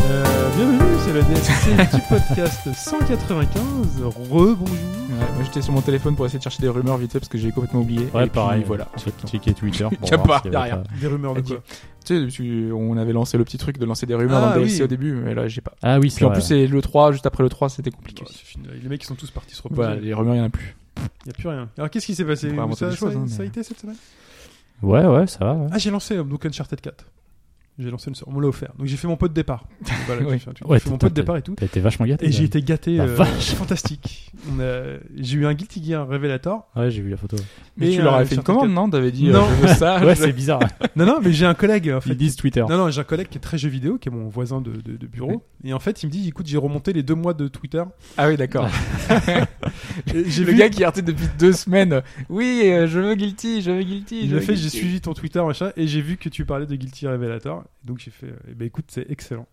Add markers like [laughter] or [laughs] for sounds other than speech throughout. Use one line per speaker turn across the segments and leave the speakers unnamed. euh, ah, c'est le DSC du [laughs] podcast 195. Rebonjour.
Ouais, moi j'étais sur mon téléphone pour essayer de chercher des rumeurs vite fait parce que j'ai complètement oublié.
Ouais,
et
pareil.
Puis, voilà.
Check- checker Twitter. pour
Y a
hein,
pas,
voir s'il
y a
avait
rien.
pas-
Des rumeurs de
Ok.
quoi
Tu sais, tu- on avait lancé le petit truc de lancer des rumeurs
Ah,
dans le DLC
oui.
au début, mais là j'ai pas.
Ah oui,
Puis
c'est
en
vrai.
plus c'est le 3, juste après le 3 c'était compliqué.
Bah, c'est fini. Les mecs ils sont tous partis se reposer.
Voilà, les rumeurs il y en a plus.
Il n'y a plus rien. Alors qu'est-ce qui s'est
On
passé
pourrait inventer
ça,
des choses,
ça-
hein,
ça a
mais-
été cette semaine
Ouais, ouais, ça va. ouais.
Ah, j'ai lancé euh, donc Uncharted 4. J'ai lancé une... On me l'a offert. Donc j'ai fait mon pot de
[laughs]
départ. Voilà,
Oui.
j'ai fait un truc.
Ouais,
J'ai fait mon pot de
t'as-
départ et tout.
T'as été vachement gâté.
Et j'ai
là.
été gâté.
La
euh,
vache.
Fantastique. On a- J'ai eu un Guilty Gear Revelator.
Ouais, j'ai vu la photo.
Mais
Et
tu
un
leur avais fait une
Uncharted
commande, non T'avais dit
euh, Non.
euh, je veux ça.
[laughs] Ouais,
je-
c'est bizarre.
Non, non, mais j'ai un collègue [laughs] en fait.
Ils disent Twitter.
Non, non, j'ai un collègue qui est très jeu vidéo, qui est mon voisin de, de- de bureau. Et en fait, il me dit écoute, j'ai remonté les deux mois de Twitter.
[laughs] Ah oui, d'accord.
Et [laughs] J'ai
J'ai le
vu-
gars qui arrête depuis deux semaines. Oui, euh, je veux Guilty, je veux Guilty.
Il
je
a
veux
fait, j'ai
Guilty.
suivi ton Twitter, machin, et j'ai vu que tu parlais de Guilty Revelator. Donc j'ai fait, euh, eh ben écoute, c'est excellent.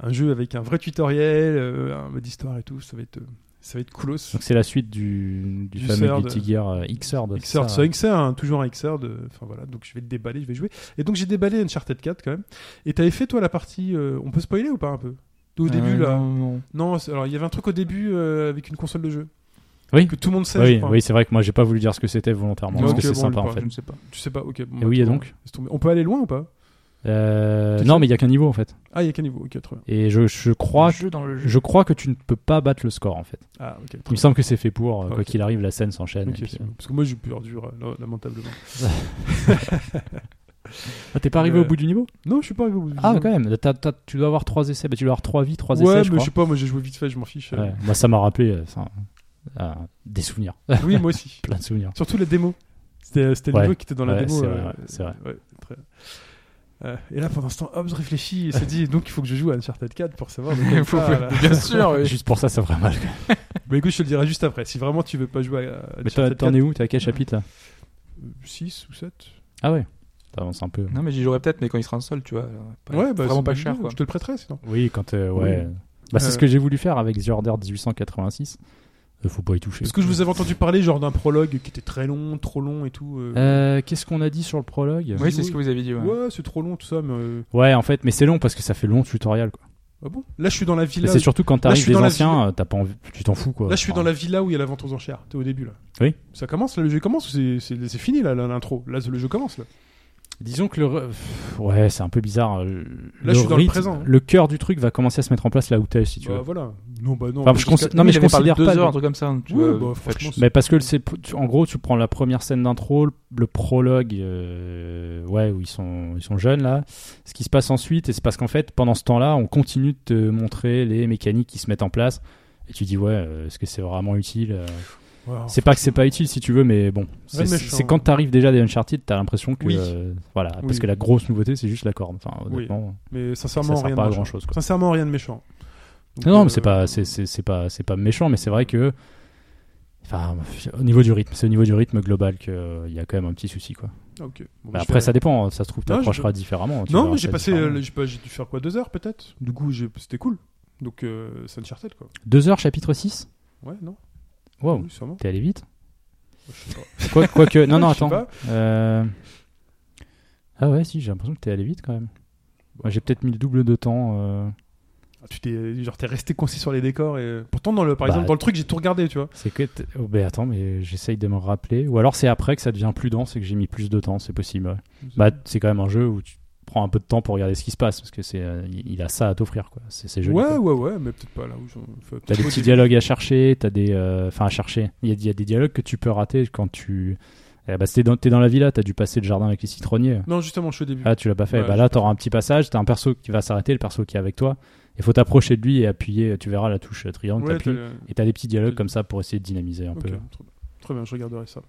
Un jeu avec un vrai tutoriel, euh, un mode histoire et tout, ça va être, euh, ça va être coolos.
Donc c'est la suite du, du
Du
fameux
Xrd.
Guilty Gear euh, Xrd. c'est
Xrd,
ça
c'est un Xrd, hein, toujours un Xrd. euh, Enfin voilà, donc je vais le déballer, je vais jouer. Et donc j'ai déballé Uncharted 4 quand même. Et t'avais fait toi la partie, euh, on peut spoiler ou pas un peu Au
Euh,
début là.
non, non.
Non, c'est- alors il y avait un truc au début euh, avec une console de jeu.
Oui.
Que tout le monde sait. je
Oui,
crois.
oui, c'est vrai que moi j'ai pas voulu dire ce que c'était volontairement
Non,
parce
ok,
que c'est
bon,
sympa
on le
en
parle,
fait.
Je ne sais pas.
Tu sais pas, ok. bon,
Et oui, et
bon,
donc
laisse tomber. On peut aller loin ou pas
Euh,
Tu
Non,
sais-
mais il y a qu'un niveau en fait.
Ah, il y a qu'un niveau, ok, très bien.
Et je, je crois,
jeu dans le jeu.
je crois que tu ne peux pas battre le score en fait.
Ah, ok, très
Il me semble que c'est fait pour. euh,
Ah,
Quoi
ok.
qu'il arrive, la scène s'enchaîne.
Ok,
et puis,
c'est
euh,
bon. Parce que moi, j'ai pu dur, euh, la- lamentablement.
Ah, t'es pas arrivé
Euh,
au bout du niveau
Non, je suis pas arrivé au bout du
Ah,
jeu.
quand même. T'as- t'as- tu dois avoir trois essais. Bah, tu dois avoir trois vies, trois
Ouais,
essais,
mais
je
je,
crois.
sais pas, moi, j'ai joué vite fait, je m'en fiche. euh.
Ouais. Moi, ça m'a rappelé euh, ça, euh, des souvenirs,
[laughs] Oui, moi aussi.
plein de souvenirs.
Surtout la démo. C'était euh, c'était le
Ouais.
niveau qui était dans la
Ouais,
démo.
c'est
euh,
vrai, ouais, c'est vrai.
ouais, très- Euh, et là, pendant ce temps, Hobbs réfléchit et se dit [laughs] donc il faut que je joue à Uncharted 4 pour savoir.
[laughs]
de quoi il
[laughs] Faut-
parle.
Bien sûr. oui.
Juste pour ça, ça ferait mal. quoi.
Mais Bah, écoute, je te le dirai juste après. Si vraiment tu veux pas jouer à à
Mais t'en-
Uncharted
t'en
4,
es où T'es à quel chapitre là
6 ou 7
Ah ouais. T'avances un peu.
Non, mais j'y jouerais peut-être, mais quand il sera en sol, tu vois. alors, pas-
Ouais, bah,
vraiment
c'est
pas
une
cher,
bonne idée,
quoi.
Je te le prêterai sinon.
Oui, quand euh, ouais. Bah, c'est
Euh,
ce que j'ai voulu faire avec The Order 1886. Euh, faut pas y toucher.
Parce que je vous avais entendu parler genre d'un prologue qui était très long, trop long et tout. euh.
Euh, Qu'est-ce qu'on a dit sur le prologue
Oui, c'est ce que vous avez dit. ouais.
ouais, c'est trop long tout ça, mais. euh,
Ouais, en fait, mais c'est long parce que ça fait long le tutoriel. Quoi.
Ah bon Là, je suis dans la
Mais
villa.
Bah, c'est surtout quand
là, je
t'arrives
suis
des
dans la
anciens, euh, t'as pas envie, tu t'en fous quoi.
Là, je suis
Enfin,
dans la villa où il y a la vente aux enchères. T'es au début là.
Oui.
Ça commence là, le jeu commence. ou C'est c'est- c'est fini là, l'intro. Là, le jeu commence là.
Disons que le. re- Pff, Ouais, c'est un peu bizarre. Là,
je suis dans le présent. hein.
Le cœur du truc va commencer à se mettre en place là où t'es, si tu
Bah,
veux.
voilà. Non, bah non.
Enfin,
mais
je
jusqu'à-
conse- non, mais
Il
je
avait parlé
considère
de deux
pas le-
heures, un truc comme ça. hein, tu
Ouais,
vois,
bah,
fait que-
franchement,
Mais parce que c'est, tu- en gros, tu prends la première scène d'intro, le- le prologue, euh, ouais, où ils sont, ils sont jeunes là. Ce qui se passe ensuite, et c'est parce qu'en fait, pendant ce temps-là, on continue de te montrer les mécaniques qui se mettent en place. Et tu dis ouais, euh, est-ce que c'est vraiment utile euh,
Ouais,
C'est pas que c'est pas utile si tu veux, mais bon, c'est,
méchant.
c'est quand t'arrives déjà des Uncharted, t'as l'impression que
Oui.
euh, voilà,
Oui.
parce que la grosse nouveauté c'est juste la corde. Enfin,
Oui.
honnêtement,
Mais
ça
sincèrement,
sert
rien
pas à
de méchant.
grand chose.
Sincèrement, rien de méchant. Donc,
Non, non,
euh,
mais c'est pas, c'est, c'est, c'est pas, c'est pas méchant, mais c'est vrai que, enfin, au niveau du rythme, c'est au niveau du rythme global qu'il y a quand même un petit souci, quoi.
Ah, ok. Bon,
Bah,
bah, je
après,
fais-
ça dépend. hein. Ça se trouve,
Non,
t'approcheras différemment. tu
Non,
verras
mais
ça
j'ai passé.
différemment.
euh, j'ai pas- j'ai dû faire quoi deux heures peut-être. Du coup, j'ai- c'était cool. Donc, euh, c'est Uncharted quoi.
Deux heures, chapitre 6
Ouais, non.
Wow,
Oui, sûrement.
t'es
[laughs]
allé vite.
Je sais pas.
Quoi, quoi que, non, non,
Je sais
attends.
pas.
Euh, Ah ouais, si, j'ai l'impression que t'es allé vite quand même. Moi, j'ai peut-être mis le double de temps. euh,
Ah, Tu t'es genre t'es resté concis sur les décors et euh, pourtant dans le par
Bah,
exemple dans le truc j'ai tout regardé tu vois.
C'est que. t- oh, ben attends, mais j'essaye de me rappeler. Ou alors c'est après que ça devient plus dense et que j'ai mis plus de temps, c'est possible. ouais. Bah, c'est quand même un jeu où tu prends un peu de temps pour regarder ce qui se passe parce que c'est, euh, il il a ça à t'offrir, quoi. C'est, c'est joli.
ouais
quoi.
ouais ouais mais peut-être pas là où j'en fais
T'as
peut-être
des
au
petits
début.
dialogues à chercher, t'as des. euh, Enfin, à chercher. Il y, a- il y a des dialogues que tu peux rater quand tu. Eh bah, t'es dans, t'es dans la villa, t'as dû passer le jardin avec les citronniers.
Non justement je suis au début.
Ah, tu l'as pas fait.
Ouais,
bah là, t'auras un petit passage, t'as un perso qui va s'arrêter, le perso qui est avec toi. Il faut t'approcher de lui et appuyer, tu verras la touche triangle,
Ouais,
t'appuies.
t'as le-
Et t'as des petits dialogues comme ça pour essayer de dynamiser un
Ok,
peu.
très bien. Très bien, je regarderai ça.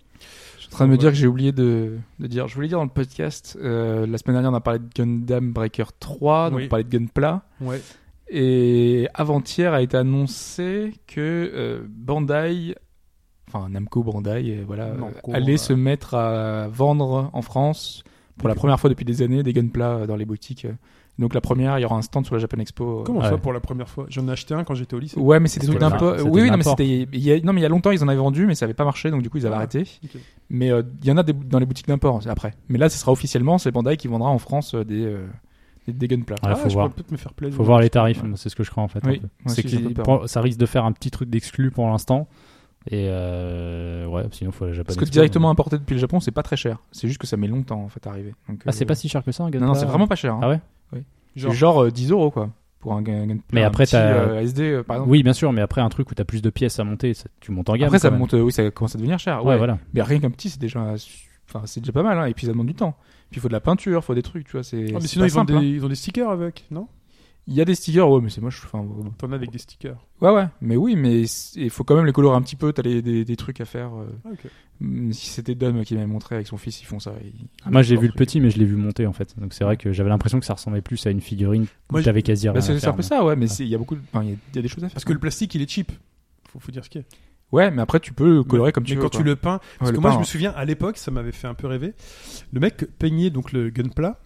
Je suis en train de me
Ouais.
dire que j'ai oublié de, de dire. Je voulais dire dans le podcast, euh, la semaine dernière, on a parlé de Gundam Breaker 3, donc
Oui.
on parlait de Gunpla.
Ouais.
Et avant-hier a été annoncé que euh, Bandai, enfin Namco Bandai, euh, voilà,
Namco,
euh, allait
ouais.
se mettre à vendre en France pour la première fois depuis des années des Gunpla euh, dans les boutiques. Donc la première, il y aura un stand sur la Japan Expo. euh,
Comment
Ouais.
ça pour la première fois J'en ai acheté un quand j'étais au lycée.
Ouais, mais c'était
C'était
d'un
de
peu.
l'im- c'était
Oui,
de
oui, non, mais
l'import.
c'était. il y a- Non, mais il y a longtemps, ils en avaient vendu, mais ça avait pas marché, donc du coup, ils avaient
Ah,
arrêté.
ok.
Mais euh, il y en a des- dans les boutiques d'import c'est après. Mais là, ce sera officiellement, c'est Bandai qui vendra en France euh, des, euh, des et des gunpla.
Ouais, faut
Ah, je
voir.
pourrais peut-être me faire plaisir.
Faut voir les tarifs,
Ouais.
moi, c'est ce que je crains en fait.
Oui,
un peu.
moi
c'est
aussi, j'ai
que
peur.
pour- ça risque de faire un petit truc d'exclu pour l'instant. Et euh, ouais, sinon faut la Japan
Parce que
Expo,
directement
mais-
importé depuis le Japon, c'est pas très cher. C'est juste que ça met longtemps en fait à arriver. Donc,
Ah, c'est
euh,
pas si cher que ça, un
Non, non,
Gunpla.
c'est vraiment pas cher. hein.
Ah ouais
C'est Genre, euh, 10 euros quoi pour un gun. gun-
Mais
un
après,
petit,
t'as-
euh, SD euh, par exemple.
Oui, bien sûr, mais après un truc où t'as plus de pièces à monter, ça- tu montes en gamme.
après ça
quand même.
monte, euh, oui, ça commence à devenir cher.
Ouais, voilà.
Mais rien qu'un petit, c'est déjà, enfin, c'est déjà pas mal. hein. Et puis ça demande du temps. Puis il faut de la peinture, il faut des trucs, tu vois. C'est.
Ah, mais
c'est
sinon,
pas
ils, vendent
simple,
des,
hein.
ils ont des stickers avec, non
Il y a des stickers, ouais, mais c'est moche. Enfin, euh,
T'en as avec des stickers.
ouais, ouais. Mais oui, mais c'est- il faut quand même les colorer un petit peu. T'as les- des, des trucs à faire. euh,
Ah, ok.
Hum, Si c'était Dom qui m'avait montré avec son fils, ils font ça. ils-
Ah, Moi, j'ai
leur
vu le
truc.
petit, mais je l'ai vu monter en fait. Donc c'est vrai que j'avais l'impression que ça ressemblait plus à une figurine.
Moi,
Moi, j'avais quasi rien.
Bah,
à
c'est c'est
faire,
un peu
mais-
ça, ouais, mais c'est- il y a beaucoup de- enfin, il y, a- il y a des choses à faire. hein.
Parce que le plastique, il est cheap. Faut, faut dire ce qu'il y a.
Ouais, mais après, tu peux colorer comme tu
Mais
veux.
quand
quoi.
tu le peins, parce
Ouais, le
que moi
pain,
je me
hein.
souviens à l'époque, ça m'avait fait un peu rêver. Le mec peignait donc le gunpla.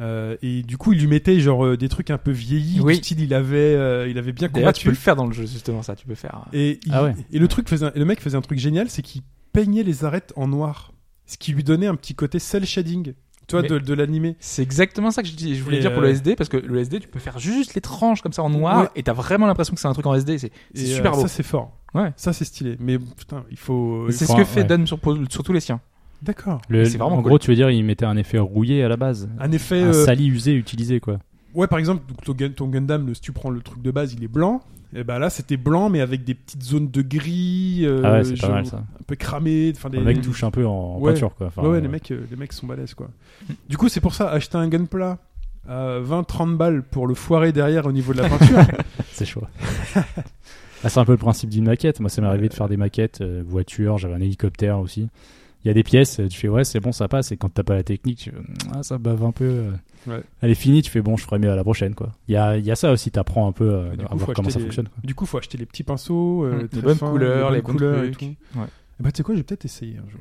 euh, et du coup, il lui mettait genre euh, des trucs un peu vieillis,
Oui.
du style il avait, euh, il avait bien
D'ailleurs, tu peux le
combattu.
faire dans le jeu, justement, ça. Tu peux faire.
Et, il-
Ah ouais.
et le truc faisait, un- et le mec faisait un truc génial, c'est qu'il peignait les arêtes en noir, ce qui lui donnait un petit côté cel shading, toi,
Mais-
de, de l'animé.
C'est exactement ça que je, dis- je voulais
Et
dire pour le
euh,
SD, parce que le SD, tu peux faire juste les tranches comme ça en noir,
Ouais.
et t'as vraiment l'impression que c'est un truc en SD. C'est c'est
Et,
super
euh,
beau.
Ça c'est fort.
Ouais.
Ça c'est stylé. Mais putain, il faut.
Et C'est ce
faut
que
un-
fait
ouais.
Dan sur, sur tous les siens.
D'accord.
Le-
C'est vraiment
en
cool.
gros, tu veux dire, il mettait un effet rouillé à la base,
Un
Ah,
effet.
un
euh,
sali usé utilisé quoi.
Ouais, par exemple, donc, ton, Gun- ton Gundam, le, si tu prends le truc de base, il est blanc. Et ben là, c'était blanc, mais avec des petites zones de gris. euh,
Ah ouais, c'est pas
jaune,
mal ça.
Un peu cramé. Enfin, des.
Le mec touche un peu en
Ouais.
peinture quoi. Enfin,
ouais, ouais,
euh,
les mecs, euh, les mecs sont balèzes quoi. du coup, c'est pour ça, acheter un Gunpla à 20-30 balles pour le foirer derrière au niveau
[laughs]
de la peinture.
C'est chaud. [laughs] Ah, c'est un peu le principe d'une maquette. Moi, ça m'est arrivé de faire des maquettes, euh, voiture, j'avais un hélicoptère aussi. Il y a des pièces, euh, tu fais ouais, c'est bon, ça passe. Et quand t'as pas la technique, tu fais, ah, ça bave un peu. euh.
Ouais.
Elle est finie, tu fais bon, je ferai mieux à la prochaine. quoi. Il y a, il y a ça aussi, t'apprends un peu euh,
Du
à
coup, faut
voir comment
acheter
ça
les-
fonctionne. quoi.
du coup, faut acheter les petits pinceaux, euh,
Mm, les
très
bonnes
fins,
couleurs, les
les bonnes
bons
couleurs et tout.
trucs. Ouais.
Et bah, tu sais quoi, j'ai peut-être essayé un jour.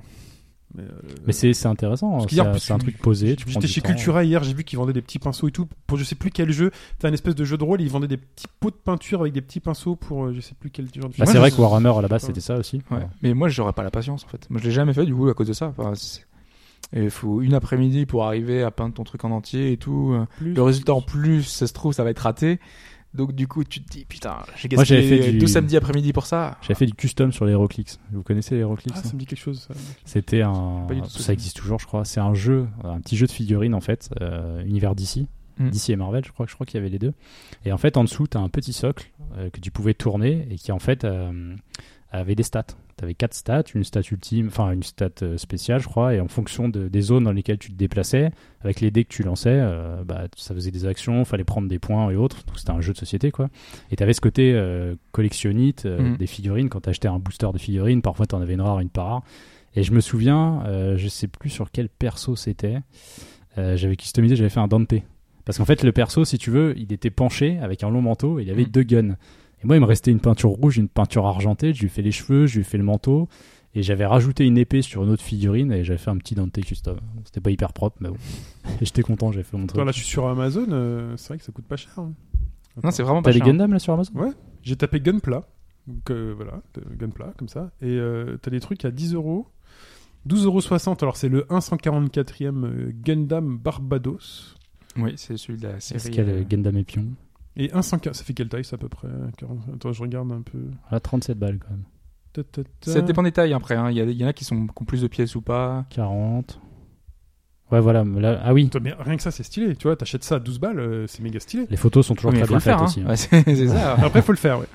Mais, euh,
Mais c'est c'est intéressant,
Parce
hein.
qu'hier,
c'est
parce
c'est un
que
truc posé. tu prends
J'étais
du
chez
temps.
Cultura hier, j'ai vu qu'ils vendaient des petits pinceaux et tout. Pour je sais plus quel jeu, t'as une espèce de jeu de rôle, ils vendaient des petits pots de peinture avec des petits pinceaux pour euh, je sais plus quel genre de
Bah,
jeu.
c'est
Moi,
vrai
je-
que Warhammer à la base
Ouais.
c'était ça aussi.
Ouais. Mais moi, j'aurais pas la patience en fait. Moi, je l'ai jamais fait du coup à cause de ça. Enfin, c'est- il faut une après-midi pour arriver à peindre ton truc en entier et tout. Euh,
Plus- Ah,
Le résultat en plus, ça se trouve, ça va être raté. Donc du coup, tu te dis putain, j'ai
Moi, j'avais
gaspillé
fait du-
deux samedis après-midi pour ça.
J'avais fait du custom sur les Héroclix. Vous connaissez les Héroclix
Ah, ça me dit quelque chose. ça.
C'était un.
Pas du tout ce
Ça
film.
existe toujours, je crois. C'est un jeu, un petit jeu de figurines en fait, euh, univers d'ici,
Mm.
d'ici et Marvel, je crois, je crois qu'il y avait les deux. Et en fait, en dessous, t'as un petit socle euh, que tu pouvais tourner et qui en fait euh, avait des stats. T'avais quatre stats, une stat ultime, enfin une stat euh, spéciale, je crois, et en fonction de- des zones dans lesquelles tu te déplaçais, avec les dés que tu lançais, euh, bah, ça faisait des actions, fallait prendre des points et autres. Donc c'était un jeu de société, quoi. Et t'avais ce côté euh, collectionnite euh,
Mhm.
des figurines. Quand t'achetais un booster de figurines, parfois t'en avais une rare, une pas rare. Et je me souviens, euh, je sais plus sur quel perso c'était. Euh, j'avais customisé, j'avais fait un Dante. Parce qu'en fait, le perso, si tu veux, il était penché avec un long manteau et il avait
Mhm.
deux guns. Et moi, il me restait une peinture rouge, une peinture argentée. Je lui ai fait les cheveux, je lui ai fait le manteau. Et j'avais rajouté une épée sur une autre figurine et j'avais fait un petit Dante custom. C'était pas hyper propre, mais bon. [laughs] J'étais content, j'avais fait mon truc.
Attends, là, je suis sur Amazon, euh, c'est vrai que ça coûte pas cher. hein.
Non, c'est vraiment pas
T'as les
cher.
Gundam là sur Amazon
J'ai tapé Gunpla, donc euh, voilà, euh, Gunpla, comme ça, et euh, t'as des trucs à 10 euros. 12,60 euros, alors c'est le 144e euh, Gundam Barbados.
Oui, c'est celui de la série.
Est-ce qu'il y a
euh,
le Gundam et Pion
Et 1,50 ça fait quelle taille ça à peu près 40 Attends, je regarde un peu.
Là, 37 balles quand même.
Ta, ta, ta.
Ça dépend des tailles après. hein. Il y, a- il y en a qui, sont, qui ont plus de pièces ou pas.
40. Ouais, voilà. mais là- ah oui,
Toi, mais rien que ça, c'est stylé. Tu vois, t'achètes ça à 12 balles, euh, c'est méga stylé.
les photos sont toujours
Mais
très
il faut le
bien faites
faire. hein.
aussi. hein.
Ouais, c'est c'est
[laughs]
ça.
Après, faut le faire, ouais.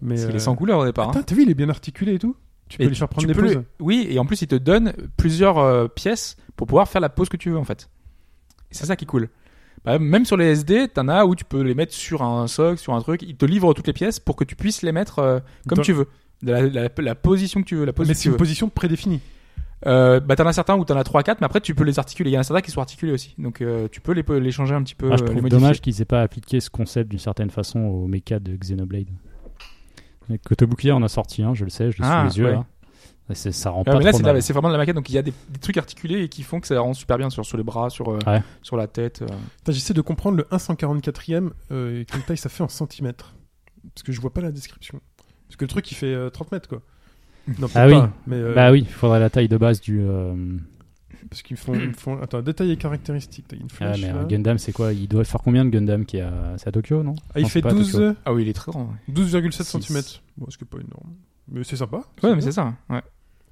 Mais,
Parce qu'il
euh,
est sans couleur au départ.
Attends,
hein.
t'as vu, il est bien articulé et tout. Tu peux
Et
lui faire prendre
tu
des
peux
pauses.
le- Oui, et en plus, il te donne plusieurs euh, pièces pour pouvoir faire la pose que tu veux en fait. Et C'est ça qui est cool. Bah, même sur les SD, t'en as où tu peux les mettre sur un socle, sur un truc. Ils te livrent toutes les pièces pour que tu puisses les mettre euh, comme
Dans-
tu veux. De la, la- la position que tu veux, la pose
Mais
que
c'est
tu
une
veux.
position prédéfinie.
Euh, bah, t'en as certains où t'en as 3-4, mais après tu peux les articuler. Il y en a certains qui sont articulés aussi. Donc euh, tu peux les, les changer un petit peu.
Ah, je
euh, les
trouve
modifier.
dommage qu'ils aient pas appliqué ce concept d'une certaine façon au mecha de Xenoblade. Mais Kotobukiya en a sorti un, je le sais, je l'ai
Ah,
sous les yeux
ouais.
là. Et c'est- ça rend
Ouais,
pas
mais là,
trop
c'est de la-
mal.
c'est vraiment de la maquette, donc il y a des, des trucs articulés et qui font que ça rend super bien sur, sur les bras, sur, euh,
Ouais.
sur la tête. euh.
Putain, J'essaie de comprendre le 144e, euh, et quelle taille ça fait en centimètres. Parce que je vois pas la description. Parce que le truc, il fait euh, 30 mètres, quoi. Non, peut-être
Ah oui.
pas, mais, euh,
Bah oui, il faudrait la taille de base du, euh,
Parce qu'ils me font, ils me font. Attends, détail et caractéristiques. T'as une
Ah,
flèche.
mais
là.
un Gundam, c'est quoi Il doit faire combien de Gundam qui est à... C'est à Tokyo, non
Ah, il
Non, c'est
fait
pas à Tokyo.
12
Ah oui, il est très grand.
12,7
Six.
cm. Bon, ce qui est pas énorme. Mais c'est sympa.
Ouais, mais c'est ça. Ouais.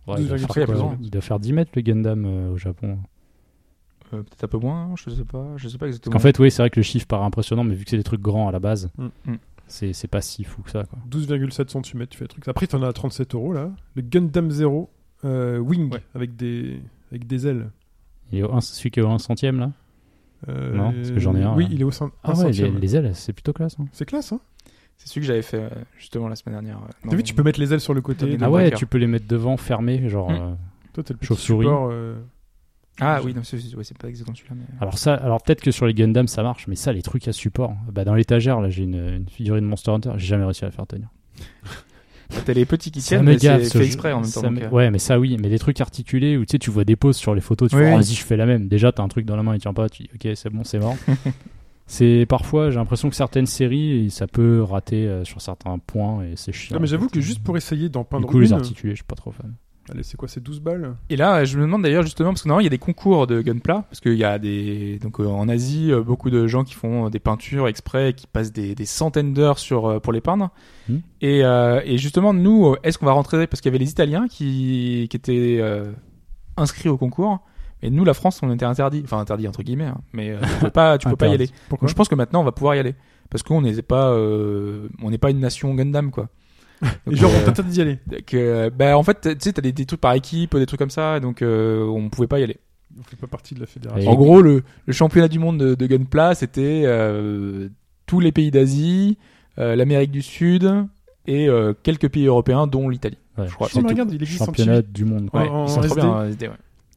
Ouais, il, doit
12,7,
faire
il y a
quoi
plus
Il doit faire 10 mètres le Gundam euh, au Japon.
Euh, Peut-être un peu moins, je sais pas, je sais pas exactement.
Parce qu'en fait, oui, c'est vrai que le chiffre paraît impressionnant, mais vu que c'est des trucs grands à la base,
Mm,
mm.
c'est c'est pas si fou que ça. Quoi.
12,7 cm, tu fais le truc. Après, t'en as à 37 euros là. Le Gundam Zero euh, Wing
Ouais.
avec, des, avec des ailes.
Il est au un- celui qui est au 1 centième là
Euh,
Non, parce que j'en ai un,
Oui,
là.
il est au sein.
Ah ouais, les, les ailes, c'est plutôt classe. hein.
C'est classe, hein.
C'est celui que j'avais fait euh, justement la semaine dernière. euh,
T'as
dans
vu,
mon-
tu peux mettre les ailes sur le côté.
Dans
donc
Ah ouais,
braqueur.
tu peux les mettre devant, fermés, genre.
Mm.
euh,
Toi, t'as le petit
Chauve-souris.
support. euh,
Ah oui, non, c'est c'est- ouais, c'est pas exactement celui-là. Mais... euh,
Alors ça, alors peut-être que sur les Gundam ça marche, mais ça, les trucs à support. Bah dans l'étagère là, j'ai une, une figurine de Monster Hunter, j'ai jamais réussi à la faire tenir.
Ah,
T'as les petits qui
Ça
tiennent, mais
gaffe,
c'est
ce
fait
jeu.
exprès en même
Ça
temps. donc,
me-
euh,
Ouais, mais ça oui, mais des trucs articulés où tu sais, tu vois des poses sur les photos, tu
Oui,
fais
oui.
oh, vas-y, je fais la même. Déjà, t'as un truc dans la main, il tient pas, tu dis ok, c'est bon,
[laughs]
c'est mort. c'est parfois, j'ai l'impression que certaines séries, ça peut rater euh, sur certains points et c'est chiant.
Non, mais
en
j'avoue
fait.
que juste pour essayer d'en
Ah, du
peindre
coup, les
une-
articulés, je suis pas trop fan.
Allez, c'est quoi, c'est 12 balles
Et là, euh, je me demande d'ailleurs justement, parce que normalement, il y a des concours de gunpla, parce qu'il y a des. Donc euh, en Asie, euh, beaucoup de gens qui font euh, des peintures exprès, et qui passent des, des centaines d'heures sur, euh, pour les peindre.
Hmm.
Et, euh, et justement, nous, euh, est-ce qu'on va rentrer Parce qu'il y avait les Italiens qui, qui étaient euh, inscrits au concours. Et nous, la France, on était interdit, enfin interdit entre guillemets, hein, mais euh, tu peux pas, tu peux pas y aller.
Interdit.
Pourquoi
Donc je pense que maintenant, on va pouvoir y aller, parce qu'on n'est pas, euh, on n'est pas une nation Gundam, quoi.
Et
Donc,
genre,
euh,
on t'interdit d'y aller.
que bah en fait tu sais t'as des, des trucs par équipe des trucs comme ça donc euh, on pouvait pas y aller
On fait pas partie de la fédération.
Et-
en gros le, le championnat du monde de, de gunpla c'était euh, tous les pays d'Asie euh, l'Amérique du Sud et euh, quelques pays européens dont l'Italie
Ouais.
je crois
Non,
c'est
mais
tout.
regarde, il existe en
Championnat
petit-
du monde. quoi.
Ouais,
en-
ils sont
en
trop
SD.
bien en SD, ouais.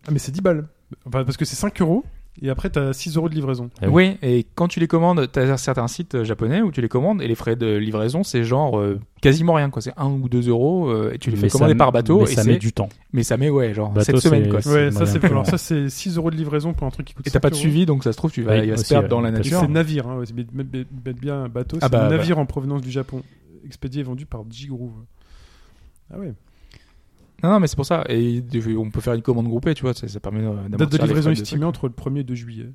Ah, mais c'est 10 balles. Enfin, parce que c'est 5 euros et après, t'as 6 euros de livraison.
Ah
oui et quand tu les commandes t'as certains sites euh, japonais où tu les commandes et les frais de livraison c'est genre euh, quasiment rien quoi c'est 1 ou 2 euros euh, et tu les
Mais
fais
ça
commander
met-
par bateau
mais
et
ça
c'est-
met du temps.
mais ça met ouais genre 7
Bateau,
semaines
c'est-
quoi
c'est-
Ouais,
moyen
ça, c'est
de-
alors ça, c'est 6 euros de livraison pour un truc qui coûte
et t'as pas de
5 euros.
suivi donc ça se trouve tu vas,
Ouais,
il va
aussi,
se perdre
ouais,
dans la
parce que
Et
nature
C'est navire, hein, ouais, c'est- mais- mais- mais- mais bien un bateau.
Ah
C'est
bah,
un
bah.
navire en provenance du Japon, expédié et vendu par J-Groove. Ah ouais.
Non, non, mais c'est pour ça. Et de- on peut faire une commande groupée, tu vois, ça, ça permet euh,
Date de
d'amortir les
livraison
frais de
estimée entre le 1er et 2 juillet.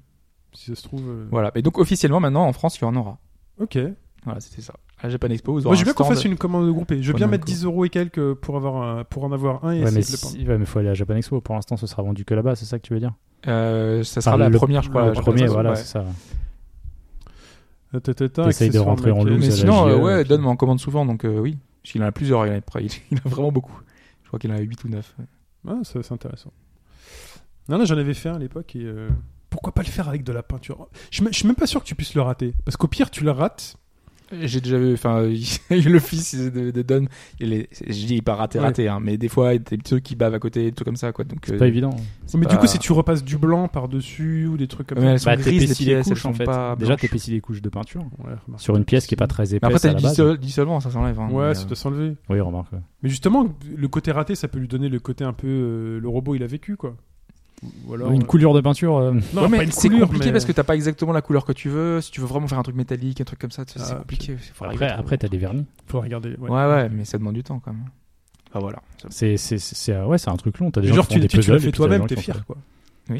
Si ça se trouve. euh,
truc. Voilà. Et donc officiellement maintenant en France, il y en aura.
Ok.
Voilà, c'était ça. À la Japan Expo, vous
Moi,
aurez
je veux
un
bien qu'on
stand.
fasse une commande groupée. Je veux
Ouais,
bien
non,
mettre
cool.
10 euros et quelques pour, avoir un- pour en avoir un et
Ouais, mais
essayer de le peindre.
si- ouais, mais faut aller à Japan Expo. Pour l'instant, ce sera vendu que là-bas, c'est ça que tu veux dire
Euh, ça sera
Enfin,
la
le-
première, je crois.
Le
la Japan
premier,
Expo,
voilà,
ouais.
c'est ça.
Ta, ta, ta, ta,
T'essayes de
accessoires
rentrer en
maquillage.
Mais
loose à la E,
sinon,
JE,
euh,
et
ouais,
puis-
Don m'en commande souvent, donc euh, oui, parce qu'il en a plusieurs. [laughs] Il en a, il- il en a vraiment beaucoup. Je crois qu'il en a 8 ou 9
Ah, ça, c'est intéressant. Non, non, j'en avais fait un à l'époque et euh, pourquoi pas le faire avec de la peinture Je suis même- je suis même pas sûr que tu puisses le rater. Parce qu'au pire, tu le rates.
J'ai déjà vu, enfin, [laughs] le fils de, de Don, il est, je dis, il part raté,
Ouais.
raté, hein, mais des fois, il y a des petits trucs qui bavent à côté, des trucs comme ça, quoi. Donc,
C'est
euh,
pas évident.
Mais du
pas-
coup, si tu repasses du blanc par-dessus ou des trucs comme
mais elles sont
Bah,
grises, les
t'épaissis les
pièces, elles
couches en
sont
fait.
pas.
Déjà,
blanches.
t'épaissis les couches de peinture
ça. Ouais, remarque.
sur une pièce qui est pas très
Mais
épaisse
après, t'as
à
le
la base.
dissol- dissolument, ça s'enlève. hein, mais,
Ouais, ça
euh,
doit s'enlever.
Oui, remarque. ouais.
Mais justement, le côté raté, ça peut lui donner le côté un peu euh, le robot il a vécu quoi. Ou alors,
une
euh,
coulure de peinture. euh,
Non,
Ouais, mais
pas une
c'est
coulure,
compliqué
mais-
parce que t'as pas exactement la couleur que tu veux. Si tu veux vraiment faire un truc métallique, un truc comme ça, tu sais,
Ah,
c'est compliqué. Faut arriver
Après,
à
après, t'as des vernis.
Faut regarder. ouais.
trouver. Ouais, ouais, mais ça demande du temps quand même.
Ah,
Enfin voilà.
C'est c'est c'est euh, ouais, c'est un truc long. T'as des gens
Genre,
qui
tu,
font des
tu, tu l'as
puzzles.
fait
et puis t'as des
toi-même,
gens qui
t'es
font ça.
fier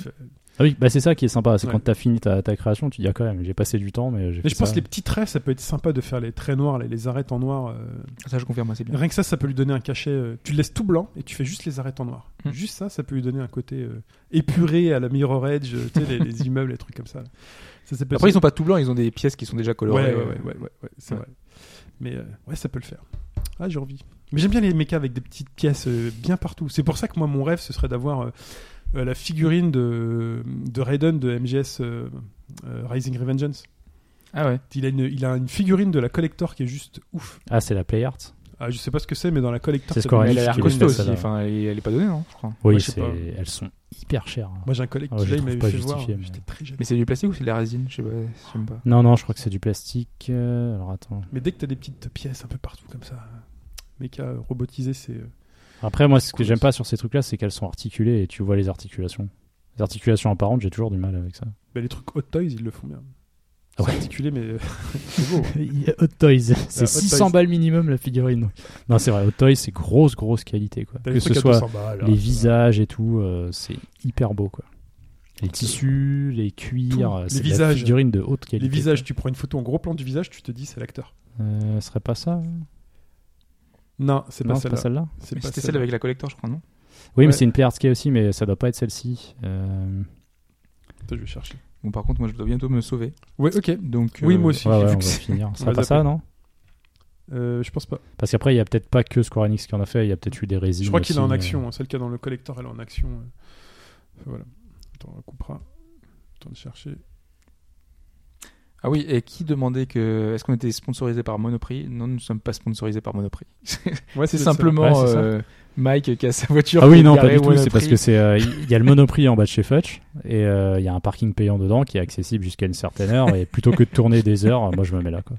quoi.
Ah oui, bah c'est ça qui est sympa. C'est
Ouais.
quand t'as fini ta, ta création, tu dis ah, quand même, j'ai passé du temps, mais j'ai.
Mais
fait
je pense
ça. hein.
que les petits traits, ça peut être sympa de faire les traits noirs, les, les arêtes en noir. euh,
Ça, je confirme, c'est bien.
Rien que ça, ça peut lui donner un cachet. euh, Tu le laisses tout blanc et tu fais juste les arêtes en noir.
Hum.
Hmm.
Juste ça, ça peut lui donner un côté euh, épuré à la Mirror Edge, euh, tu sais, les,
[laughs]
les immeubles, les trucs comme ça. là. ça, ça peut être-
Après, ils sont pas tout blancs, ils ont des pièces qui sont déjà
Ouais,
colorées.
ouais, ouais, ouais, ouais, ouais, c'est
euh, Ouais.
vrai. Mais euh, ouais, ça peut le faire. Ah, j'ai envie. Mais j'aime bien les mechas avec des petites pièces euh, bien partout. C'est pour ça que moi, mon rêve, ce serait d'avoir euh, euh, la figurine de, de Raiden de MGS euh, euh, Rising Revengeance.
Ah ouais.
Il a, une, il a une figurine de la collector qui est juste ouf.
Ah, c'est la Play Art.
Ah, je sais pas ce que c'est, mais dans la collector.
C'est
ça
Square
doit
Ouais,
Mais
être-
elle a
je
l'air
suis
costaud
curieux de
aussi.
celle-là.
Enfin, elle est elle est pas donnée, non Je crois.
Oui,
Ouais, je sais
c'est-
pas.
elles sont hyper chères.
Moi, j'ai un collègue
Ah,
qui
je
l'a,
les
il m'avait
trouve pas
fait voir.
justifiées, mais-
J'étais très jaloux.
Mais c'est du plastique ou c'est de la résine Je sais pas. j'aime pas.
Non, non, je crois que c'est du plastique. euh, Alors attends.
Mais dès que t'as des petites pièces un peu partout comme ça, mecha robotisé, c'est. euh,
Après, moi, ce que
Cool.
j'aime pas sur ces trucs-là, c'est qu'elles sont articulées et tu vois les articulations. Les articulations apparentes, j'ai toujours du mal avec ça.
bah, les trucs Hot Toys, ils le font bien. C'est
Ah Ouais.
articulé, mais euh, [laughs] c'est beau. hein.
Euh, Hot Toys, c'est
Hot
600
Toys.
balles minimum la figurine. Non, c'est vrai, Hot Toys, c'est grosse, grosse qualité. Quoi.
T'as
Que
des
ce
trucs à
soit
200 balles,
les
hein.
visages et tout, euh, c'est hyper beau. Quoi. Les tissus, les cuirs,
Tout.
euh,
Les
c'est des
visages.
figurines de haute qualité.
Les visages, tu prends une photo en gros plan du visage, tu te dis c'est l'acteur.
quoi. Euh, ce serait pas ça hein
Non, c'est
Non,
pas
c'est
celle-là.
pas celle-là
C'est
Mais
pas
C'était
celle-là.
celle avec la collector, je crois, non
Oui, mais
Ouais.
c'est une PRTK aussi, mais ça doit pas être celle-ci. Euh,
Attends, je vais chercher.
Bon, par contre, moi, je dois bientôt me sauver.
Ouais, ok.
Donc,
Oui,
euh,
moi aussi.
ouais, ouais,
vu
on va
que c'est-
finir. Ce
on
sera
va
pas ça,
zapper.
non
Euh, je pense pas.
Parce qu'après, il y a peut-être pas que Square Enix qui en a fait, il y a peut-être eu des résines.
Je crois qu'il est
aussi,
en
euh,
action. hein. Celle qu'il y a dans le collector, elle est en action. euh. Voilà. Attends, on coupera. Attends de chercher.
Ah oui, et qui demandait que. Est-ce qu'on était sponsorisé par Monoprix Non, nous ne sommes pas sponsorisés par Monoprix.
Ouais,
C'est
peut-être celle-là.
simplement
Ouais, c'est ça.
euh, Mike qui a sa voiture.
Ah
qui
oui,
est
non, pas
garée
du
au
tout. C'est
Monoprix.
parce que c'est, euh, il y a le Monoprix en bas de chez Futch et euh, il y a un parking payant dedans qui est accessible jusqu'à une certaine heure. Et plutôt que de tourner des heures, euh, moi je me mets là. quoi.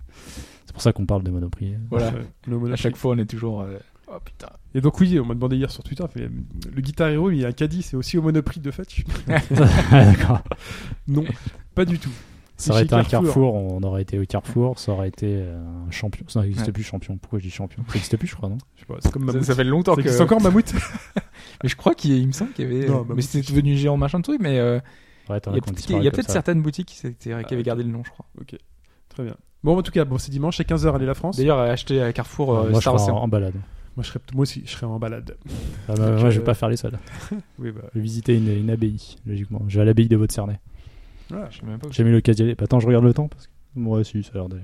C'est pour ça qu'on parle
[laughs]
de Monoprix.
Voilà.
Ouais, le
À
monarchie.
chaque fois, on est toujours. euh, Oh putain.
Et donc, oui, on m'a demandé hier sur Twitter, mais, euh, le Guitar Hero, il y a un caddie, c'est aussi au Monoprix de Fetch
Ah,
D'accord.
[laughs] Non, pas du tout. C'est
[laughs] Ça aurait
chez
été un carrefour, on aurait été au carrefour, ça aurait été euh, un champion. Ça n'existe
Ouais.
plus, champion. Pourquoi je dis champion Ça n'existe plus, je crois, non
Je sais pas, Bah, c'est comme
Ça,
Mammouth.
ça fait longtemps
Ça
que.
existe encore Mammouth
Mais je crois qu'il il me semble qu'il y avait.
Non,
euh,
bah,
mais
oui.
c'était devenu géant machin de truc, mais euh,
Ouais, t'en
il y a
qu'on
peut-être
disparaît
il y a
comme
peut-être
ça. Ah,
certaines boutiques qui, s'étaient- qui avaient
ok.
gardé le nom, je crois.
Très bien. Bon, en tout cas, bon, c'est dimanche, c'est 15h, allez la France.
D'ailleurs, euh, acheter à Carrefour euh,
Ah, moi, je
Star
serai en,
Ocean.
en balade.
Moi, je serais, moi aussi, je serais en balade.
Ah, bah,
Donc,
moi, je vais
euh,
pas faire les salles.
Oui, bah.
Je vais visiter une, une abbaye, logiquement. Je vais à l'abbaye de Vauternay.
voilà.
Je sais même pas où
hein. J'ai mis le cas d'y aller. Bah, attends, je regarde le temps. Parce que... Ouais, si, ça a l'air d'aller.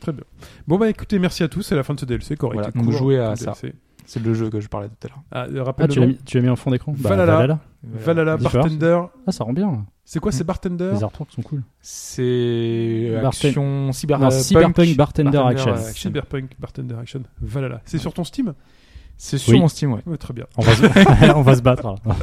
Très bien. Bon, bah écoutez, merci à tous. C'est la fin de ce DLC. Correct.
Voilà,
et
donc
court,
jouez à
le
ça.
DLC.
C'est le jeu que je parlais tout à l'heure.
Ah, euh, rappelle
Ah,
le
tu l'as,
nom.
mis, tu l'as mis en fond d'écran Bah,
Valhalla.
Valhalla.
Voilà.
Valhalla,
Differ.
Bartender.
Ah, ça rend bien.
C'est quoi, c'est
Mm.
Bartender
Les artworks sont cool.
C'est
Barten-
action cyber,
Bah, Non,
euh,
Cyberpunk bah.
punk.
Bartender, Action.
euh, Action.
Cyberpunk Bartender Action. Valhalla. C'est sur ton Steam
C'est sur
Oui.
mon Steam, ouais.
Ouais, Très bien.
On va,
[laughs]
se... [laughs] on va se battre. là.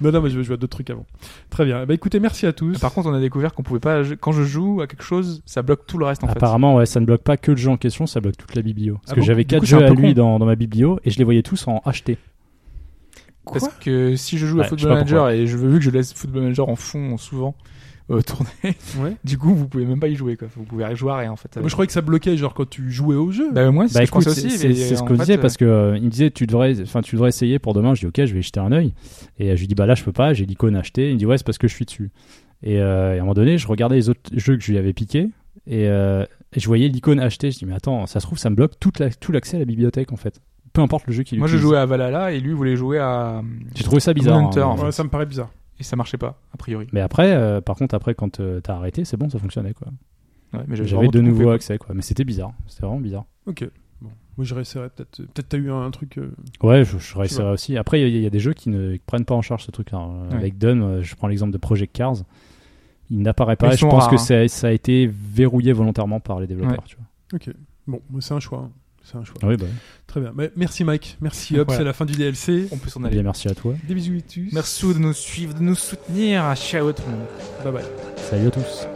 Non, non, mais je vais jouer à d'autres trucs avant. Très bien. Bah écoutez, merci à tous.
Par contre, on a découvert qu'on pouvait pas. Quand je joue à quelque chose, ça bloque tout le reste en
Apparemment, ouais, ça ne bloque pas que le jeu en question, ça bloque toute la biblio. Parce
Ah
que
bon
j'avais
Du
quatre
coup, c'est
jeux
un
à
peu
lui
con.
dans, dans ma biblio et je les voyais tous en acheté.
fait. Parce que si je joue à
Ouais, je sais
Football
pas
Manager et je veux vu que je laisse Football Manager en fond souvent euh, [laughs] tourner,
Ouais.
du coup, vous pouvez même pas y jouer. Quoi. Vous pouvez jouer à rien en fait.
Moi, je croyais que ça bloquait, genre quand tu jouais au jeu.
Bah, moi, c'est
Bah
ce que je
écoute,
pensais
c'est
aussi.
c'est-
mais,
c'est ce
en
qu'on
fait,
disait
euh,
parce que euh, il me disait tu devrais, enfin tu devrais essayer pour demain. Je dis ok, je vais y jeter un œil. Et euh, je lui dis bah là je peux pas, j'ai l'icône achetée. Il me dit ouais c'est parce que je suis dessus. Et, euh, et à un moment donné, je regardais les autres jeux que je lui avais piqué et, euh, et je voyais l'icône achetée. Je dis mais attends, ça se trouve ça me bloque toute la- tout l'accès à la bibliothèque en fait. Peu importe le jeu qu'il
Moi, je
utilise.
jouais à Valhalla et lui voulait jouer à.
J'ai trouvé ça bizarre. hein,
Hunter, en
Ouais, ça me paraît bizarre.
Et ça marchait pas, a priori.
Mais après, euh, par contre après quand euh, t'as arrêté, c'est bon, ça fonctionnait quoi.
Ouais, mais
J'avais
vraiment
de
tout coupé,
nouveau
quoi.
accès quoi. Mais c'était bizarre. C'était vraiment bizarre.
Ok. Bon. Moi, je réessayerai peut-être. euh, Peut-être t'as eu un, un truc. euh,
Ouais, je, je réessayerai aussi. Après, il y a- il y, a des jeux qui ne qui prennent pas en charge ce truc-là. Euh,
Ouais.
Avec Dun, euh, je prends l'exemple de Project Cars. Il n'apparaît pas.
Ils
et Je
sont
pense
rares,
que
hein.
ça, ça a été verrouillé volontairement par les développeurs. Tu
Ok. Bon, moi, c'est un choix. hein. C'est un choix.
vois. Oui, bah,
Très bien. Mais merci Mike. Merci Hop.
Voilà.
C'est la fin du DLC.
On peut s'en
bien,
aller.
merci à toi.
Des bisous et tous.
Merci de nous suivre, de nous soutenir. Ciao tout le monde.
Bye bye.
Salut à tous.